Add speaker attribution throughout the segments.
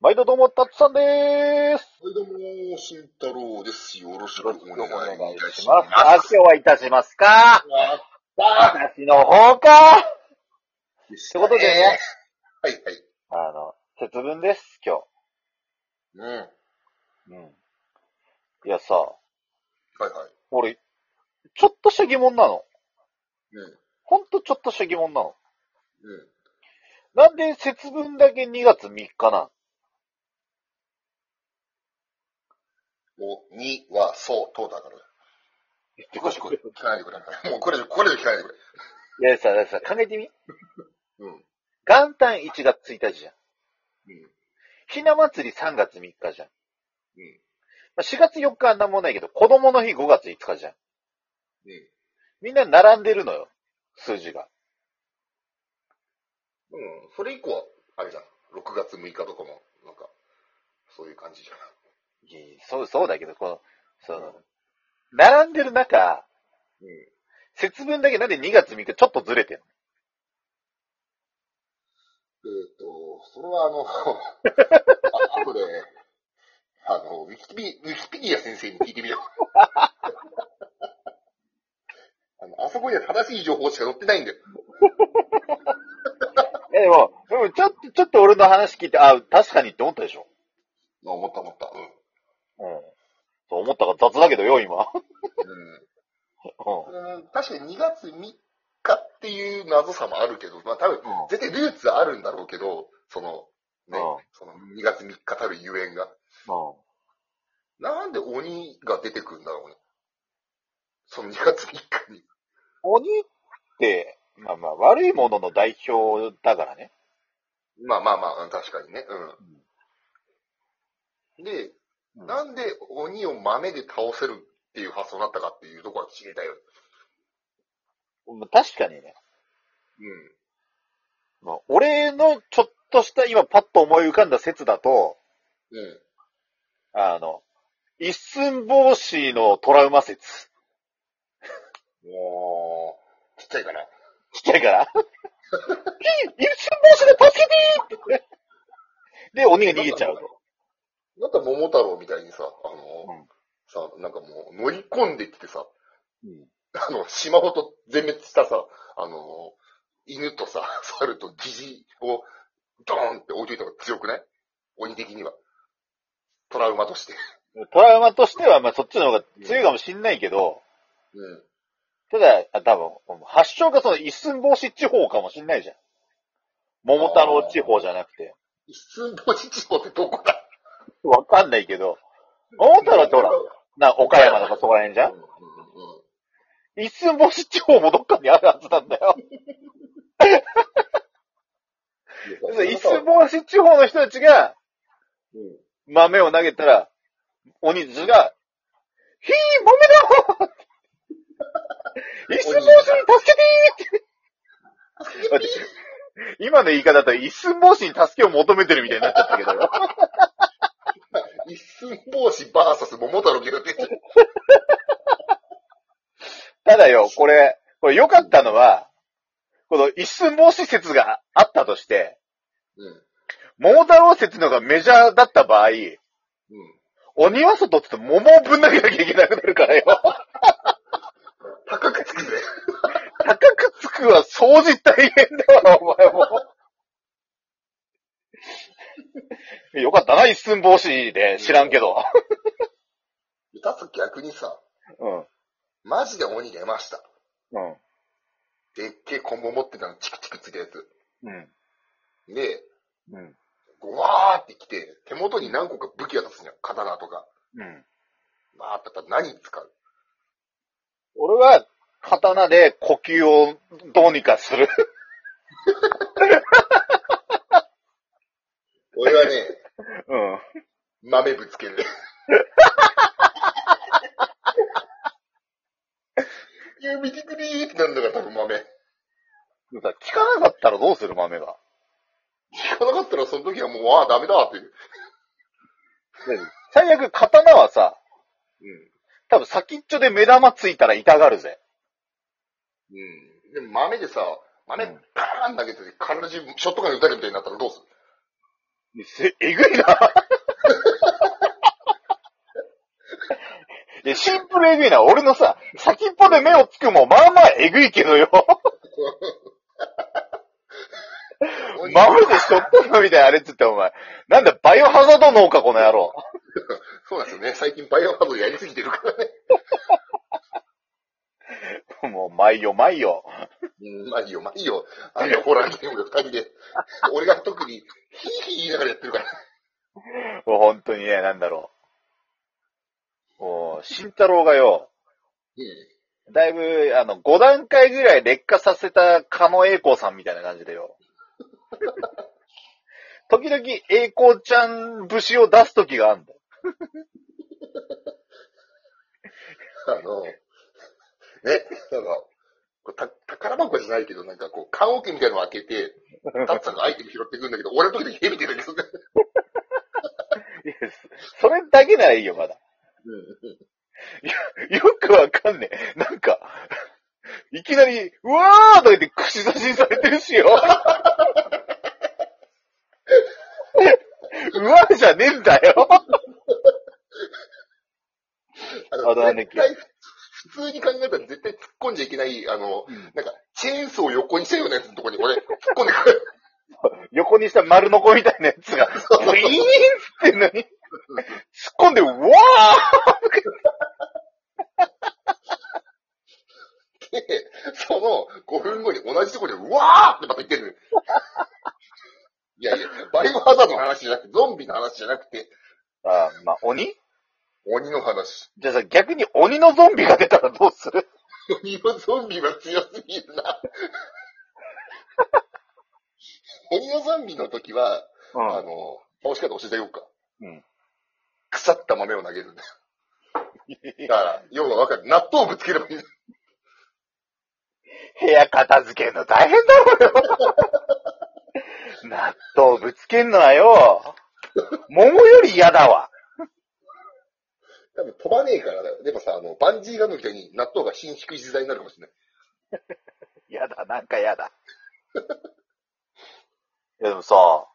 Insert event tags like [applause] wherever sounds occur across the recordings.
Speaker 1: 毎度どうも、たつさんでーす。
Speaker 2: はい、どうも、慎太郎です。よろしくお願いいたし
Speaker 1: ま
Speaker 2: ますす。。
Speaker 1: あ、今日はいたしますか。
Speaker 2: やった
Speaker 1: 私の方か。
Speaker 2: ーでし
Speaker 1: ということでね。
Speaker 2: はい、はい。
Speaker 1: あの、節分です、今
Speaker 2: うん。はい、はい。
Speaker 1: 日。うん。いやさ、俺、ちょっとした疑問なの。
Speaker 2: うん。うん。
Speaker 1: ほんとちょっとした疑問なの。なんで節分だけ2月3日なん
Speaker 2: お、には、そう、とだから。
Speaker 1: て
Speaker 2: こしこい。聞かないでくれ。もうこれで、これで聞かないでくれ。
Speaker 1: いやさ、だってさ、考えてみ
Speaker 2: うん。うん。
Speaker 1: 元旦1月1日じゃん。ひな祭り3月3日じゃん。
Speaker 2: うん。
Speaker 1: まあ、4月4日はなんもないけど、子供の日5月5日じゃん。
Speaker 2: うん。
Speaker 1: みんな並んでるのよ。数字が。
Speaker 2: うん。それ以降は、あれじゃん。6月6日とかも、なんか、そういう感じじゃん。
Speaker 1: いやいやそう、そうだけど、この、その、並んでる中、
Speaker 2: うん。
Speaker 1: 節分だけなんで2月3日ちょっとずれてんの
Speaker 2: えっ、と、それはあの、 [laughs] あ後で、あの、ウィキピ、ウィキペディア先生に聞いてみよう。 [laughs] あの、あそこには正しい情報しか載ってないんだよ。
Speaker 1: え、でも、でもちょっと、ちょっと俺の話聞いて、あ、確かにって思ったでしょ
Speaker 2: あ思った思った。うん。
Speaker 1: うん。そう思ったから雑だけどよ、今。 [laughs] う
Speaker 2: うん、確かに2月3日っていう謎さもあるけど、まあ多分、
Speaker 1: ん。
Speaker 2: 絶対ルーツはあるんだろうけど、その、ね
Speaker 1: うん、
Speaker 2: その2月3日たるゆえんが。
Speaker 1: うん。
Speaker 2: なんで鬼が出てくるんだろうね。その2月3日に。
Speaker 1: 鬼って、まあまあ、悪いものの代表だからね。
Speaker 2: まあまあまあうん、確かにね。うん。で、
Speaker 1: うん
Speaker 2: なんで鬼を豆で倒せるっていう発想になったかっていうところは知りたいよ。
Speaker 1: まあ確かにね。まあ、俺のちょっとした、今パッと思い浮かんだ説だと、
Speaker 2: うん。うん。
Speaker 1: あの、一寸法師のトラウマ説。
Speaker 2: もう、ちっちゃいかな。
Speaker 1: ちっちゃいから。一寸法師で助けてーってで、鬼が逃げちゃうと。
Speaker 2: なんか桃太郎みたいにさ、あの、
Speaker 1: うん
Speaker 2: さ、なんかもう乗り込んできてさ、
Speaker 1: うん
Speaker 2: あの、島ごと全滅したさ、あの、犬とさ、 [laughs] 猿と疑似をドーンって置いといた方が強くない鬼的には。トラウマとして。
Speaker 1: トラウマとしては、まあ、そっちの方が強いかもしんないけど、
Speaker 2: うん。
Speaker 1: ただ、あ多分、発祥がその一寸法師地方かもしんないじゃん。桃太郎地方じゃなくて。
Speaker 2: 一寸法師地方ってどこだ
Speaker 1: わかんないけど、桃太郎ってほら、な、岡山とかそこら辺じゃん
Speaker 2: うんう
Speaker 1: 一寸法師地方もどっかにあるはずなんだよ。
Speaker 2: んうん。
Speaker 1: 一寸法師地方の人たちが、
Speaker 2: うん
Speaker 1: 豆を投げたら、鬼たちが、ひー、豆だ一寸法師に助けてーって。待って今の言い方だと一寸法師に助けを求めてるみたいになっちゃったけど。
Speaker 2: 一寸法師バーサス桃太郎って言ってる
Speaker 1: ただよ、これ、これ良かったのは、この一寸法師説があったとして、
Speaker 2: うん。
Speaker 1: 桃太郎説のがメジャーだった場合、
Speaker 2: うん。
Speaker 1: 鬼は外って言って桃をぶん投げなきゃいけなくなるからよ。
Speaker 2: 高くつくぜ。
Speaker 1: 高くつくは掃除大変だわ、お前も。よかったな、一寸法師で知らんけど。
Speaker 2: 歌つ逆にさ、
Speaker 1: うん。
Speaker 2: マジで鬼出ました。
Speaker 1: うん。
Speaker 2: でっけえコンボ持ってたのチクチクついたやつ。
Speaker 1: うん。
Speaker 2: で、
Speaker 1: うん。
Speaker 2: ゴワーって来て、手元に何個か武器が立つのよ。刀とか。
Speaker 1: うん。
Speaker 2: まあ、だったら何使う
Speaker 1: 俺は、刀で呼吸をどうにかする。
Speaker 2: 俺はね、
Speaker 1: うん。
Speaker 2: 豆ぶつける。 [laughs] 指くりーってなんだから多分豆。
Speaker 1: でもさ、聞かなかったらどうする、豆が。
Speaker 2: 聞かなかったらその時はもう、ああ、ダメだっていう。
Speaker 1: 最悪、刀はさ、多分先っちょで目玉ついたら痛がるぜ。
Speaker 2: うん。うん。でも豆でさ、豆
Speaker 1: うん
Speaker 2: バーン投げてて体中ショットガンで撃たれるみたいになったらどうする
Speaker 1: せえぐいな。いや、シンプルえぐいな。俺のさ、先っぽで目をつくも、まあまあえぐいけどよ。マムでしとったのみたいなあれっつって、お前。なんだ、バイオハザード農家、この野郎。
Speaker 2: そうなんですよね。最近バイオハザードやりすぎてるからね。
Speaker 1: もう、毎よ、毎よ。
Speaker 2: うん、 [laughs] まあいいよ、まあいいよ。あの、ホラーゲームが二人で。俺が特に、ヒーヒー言いながらやってるから。
Speaker 1: もう本当にね、なんだろう。もう、慎太郎がよ、
Speaker 2: うん。
Speaker 1: だいぶ、あの、5段階ぐらい劣化させた狩野英孝さんみたいな感じだよ。時々英孝ちゃん節を出す時があるんだよ。
Speaker 2: あの、ね、なんか、これた宝箱じゃないけど、なんかこう、棺桶みたいなのを開けて、タッツさんがアイテム拾ってくるんだけど、俺の時だけヘビてるんですよね。
Speaker 1: いやそれだけならいいよ、まだ。よくわかんねえ。なんか、いきなり、うわーとか言って串刺しにされてるしよ。 [laughs] うわーじゃねえんだよ。
Speaker 2: あ
Speaker 1: あのあ
Speaker 2: の、
Speaker 1: の
Speaker 2: 絶対、普通に考えたら絶対突っ込んじゃいけない、あの、なんか、チェーンソーを横にしたようなやつのとこに俺、突っ込んでくる。
Speaker 1: 横にした丸の子みたいなやつが、ブイーンってんのに、突っ込んで、うわー
Speaker 2: で、その5分後に同じとこに、うわーってまた言ってる。いやいや、バイオハザードの話じゃなくて、ゾンビの話じゃなくて、
Speaker 1: あーまあ、鬼
Speaker 2: 鬼の話。
Speaker 1: じゃあさ、逆に鬼のゾンビが出たらどうする
Speaker 2: 鬼のゾンビは強すぎる [laughs] な。鬼のゾンビの時は、
Speaker 1: う
Speaker 2: あの、倒し方教えてあげようか。
Speaker 1: うん。
Speaker 2: 腐った豆を投げるんだ [laughs] よ。だから、要はわかる。納豆をぶつければいいんだよ。
Speaker 1: 部屋片付けるの大変だろうよ。 [laughs] 納豆ぶつけんのはよ、桃より嫌だわ。
Speaker 2: 多分飛ばねえからだよ。でもさ、あの、バンジーガムみたいに納豆が伸縮自在になるかもしれない。
Speaker 1: 嫌だ、なんか嫌だ。いやでもさ、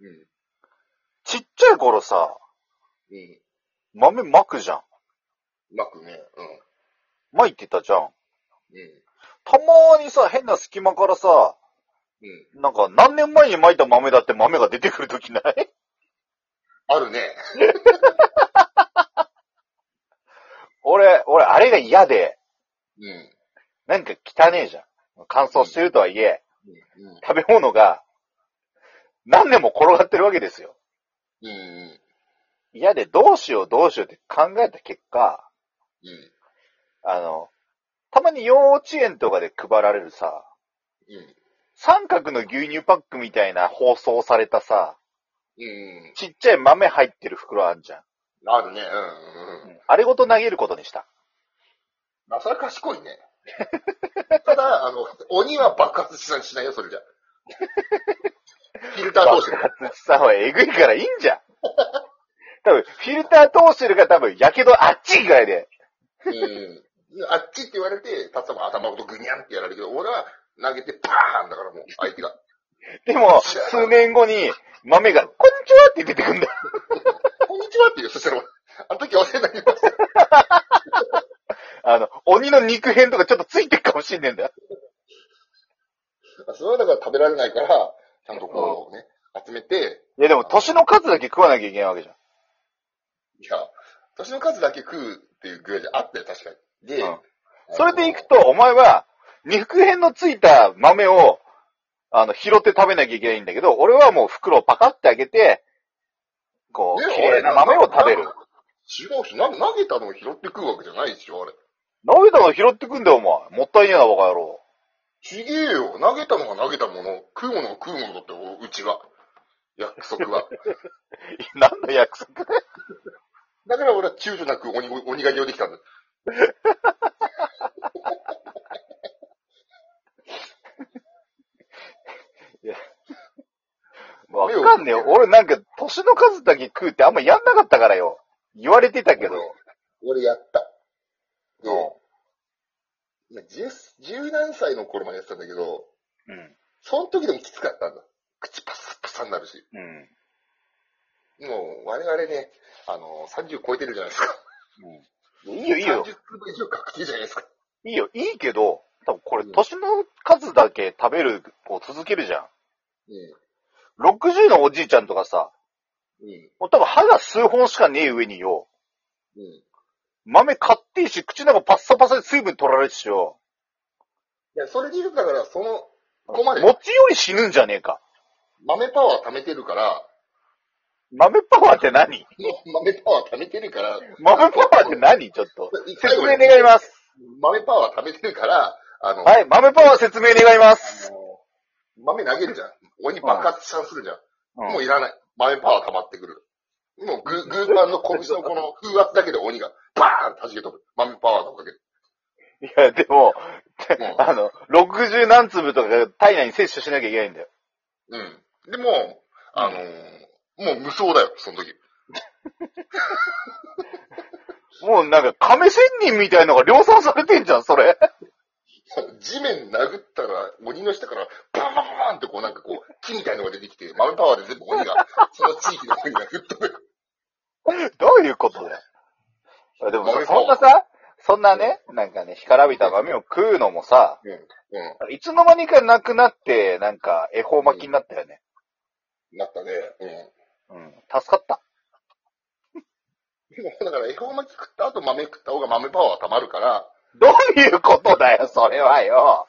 Speaker 2: うん。
Speaker 1: ちっちゃい頃さ、
Speaker 2: うん。
Speaker 1: 豆まくじゃん。
Speaker 2: うまくね。
Speaker 1: まいてたじゃん。
Speaker 2: うん。うん。
Speaker 1: たまーにさ、変な隙間からさ、
Speaker 2: うん。
Speaker 1: なんか何年前に巻いた豆だって豆が出てくるときない
Speaker 2: あるね。
Speaker 1: 俺、俺、あれが嫌で、
Speaker 2: うん。
Speaker 1: なんか汚ねえじゃん。乾燥してるとはいえ、
Speaker 2: うん。うん
Speaker 1: 食べ物が何年も転がってるわけですよ。
Speaker 2: うん。うん。
Speaker 1: 嫌でどうしようどうしようって考えた結果、
Speaker 2: うん。
Speaker 1: あの、たまに幼稚園とかで配られるさ、
Speaker 2: うん。
Speaker 1: 三角の牛乳パックみたいな包装されたさ、
Speaker 2: うん。
Speaker 1: ちっちゃい豆入ってる袋あんじゃん。
Speaker 2: あるね。うん。うん。
Speaker 1: あれごと投げることにした。
Speaker 2: まあ、それは賢いね。 [laughs] ただ、あの、鬼は爆発しないしないよ、それじゃ。フィルター通してるから。
Speaker 1: 松さんはえぐいからいいんじゃん。多分、フィルター通してるから多分、やけどあっちいぐらいで。
Speaker 2: うん。あっちって言われて、たつさんも頭ごとグニャンってやられるけど、俺は投げてパーンだからもう、相手が。
Speaker 1: でも、数年後に、豆が、こんにちはって出てくんだよ。
Speaker 2: こんにちはって言う。そしたら、あの時忘れないけど、
Speaker 1: あの、鬼の肉片とかちょっとついてるかもしんねえんだよ。
Speaker 2: それはだから食べられないから、ちゃんとこうね、集めて、
Speaker 1: いやでも、年の数だけ食わなきゃいけないわけじゃん。
Speaker 2: いや、年の数だけ食うっていうぐらいであったよ、確かに。で、
Speaker 1: うんそれで行くと、お前は、肉片のついた豆を、あの、拾って食べなきゃいけないんだけど、俺はもう袋をパカって開けて、こう、
Speaker 2: ね
Speaker 1: 綺麗な豆を食べる。。
Speaker 2: 違うし、な投げたのを拾って食うわけじゃないでしょ、あれ。
Speaker 1: 投げたの拾ってくんだよ、お前。もったいねえな、バカ野郎。 [laughs]
Speaker 2: ちげえよ。投げたのが投げたもの、食うものが食うものだって、おうちは。約束
Speaker 1: [laughs]
Speaker 2: は。
Speaker 1: なんだ約束
Speaker 2: だから俺は躊躇なく鬼ご鬼が用できたんだ。
Speaker 1: わかんねえよ。俺なんか、年の数だけ食うってあんまやんなかったからよ。言われてたけど。
Speaker 2: 俺やった。で
Speaker 1: う
Speaker 2: まあ10十何歳の頃までやってたんだけど、
Speaker 1: ん。
Speaker 2: その時でもきつかったんだ。口パサパサになるし。
Speaker 1: うん。
Speaker 2: もう、我々ね、あの、30超えてるじゃないですか。
Speaker 1: うん。いいよ、いいよ
Speaker 2: 30。粒以上確定じゃないですか。
Speaker 1: いいよ、いいけど、多分これ、年の数だけ食べるを続けるじゃん。60のおじいちゃんとかさ、
Speaker 2: うん。うん。
Speaker 1: もう多分歯が数本しかねえ上によ、
Speaker 2: うん。
Speaker 1: 豆買っていいし、口の中パッサパサで水分取られるしよ、
Speaker 2: いや、それで言うとだから、その、ここまで
Speaker 1: 餅より死ぬんじゃねえか。
Speaker 2: 豆パワー貯めて
Speaker 1: [laughs]
Speaker 2: るから、
Speaker 1: 豆パワーって何
Speaker 2: 豆パワー貯めてるから、
Speaker 1: 豆パワーって何ちょっと。説
Speaker 2: 最
Speaker 1: 明
Speaker 2: 後に
Speaker 1: 願います。
Speaker 2: 豆パワー貯めてるから、あの、
Speaker 1: はい、豆パワー説明願います。
Speaker 2: あの豆投げるじゃん。鬼爆発チャンスするじゃん。
Speaker 1: うん
Speaker 2: もういらない。豆パワー溜まってくる。もうグー、グーパンの拳のこの風圧だけで鬼がバーンって弾け飛ぶ。豆パワーのおかげで。
Speaker 1: いや、でも、
Speaker 2: ん
Speaker 1: あの、60何粒とかが体内に摂取しなきゃいけないんだよ。
Speaker 2: うん。でも、あのーもう無双だよ、その時。
Speaker 1: もうなんか亀仙人みたいのが量産されてんじゃん、それ。
Speaker 2: 地面殴ったら、鬼の下から、バーンバーンバーンってこうなんかこう、木みたいのが出てきて、豆パワーで全部鬼が、その地域の鬼が吹っ飛ぶ。
Speaker 1: どういうことだよ。あでも
Speaker 2: 豆
Speaker 1: さ、
Speaker 2: パワ
Speaker 1: そん
Speaker 2: ー
Speaker 1: なさ、そんなね、なんかね、干からびた豆を食うのもさ、
Speaker 2: う
Speaker 1: いつの間にかなくなって、なんか、恵方巻きになったよね。
Speaker 2: ん。なったね。うん。
Speaker 1: うん。助かった。
Speaker 2: でもだから、恵方巻き食った後豆食った方が豆パワー溜まるから、
Speaker 1: どういうことだよ、それはよ。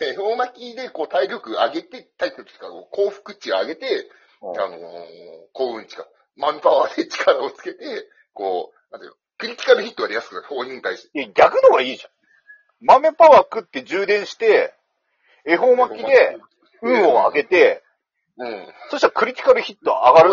Speaker 2: 恵方巻きでこう体力上げて、体力とかこう幸福値を上げて、
Speaker 1: うん
Speaker 2: あのー幸運値か、マンパワーで力をつけて、こう、なんていうの、クリティカルヒットが出やすくなる、鬼に対して。
Speaker 1: いや、逆の方がいいじゃん。豆パワー食って充電して、恵方巻きで運を上げて、
Speaker 2: うん。
Speaker 1: そしたらクリティカルヒット上がる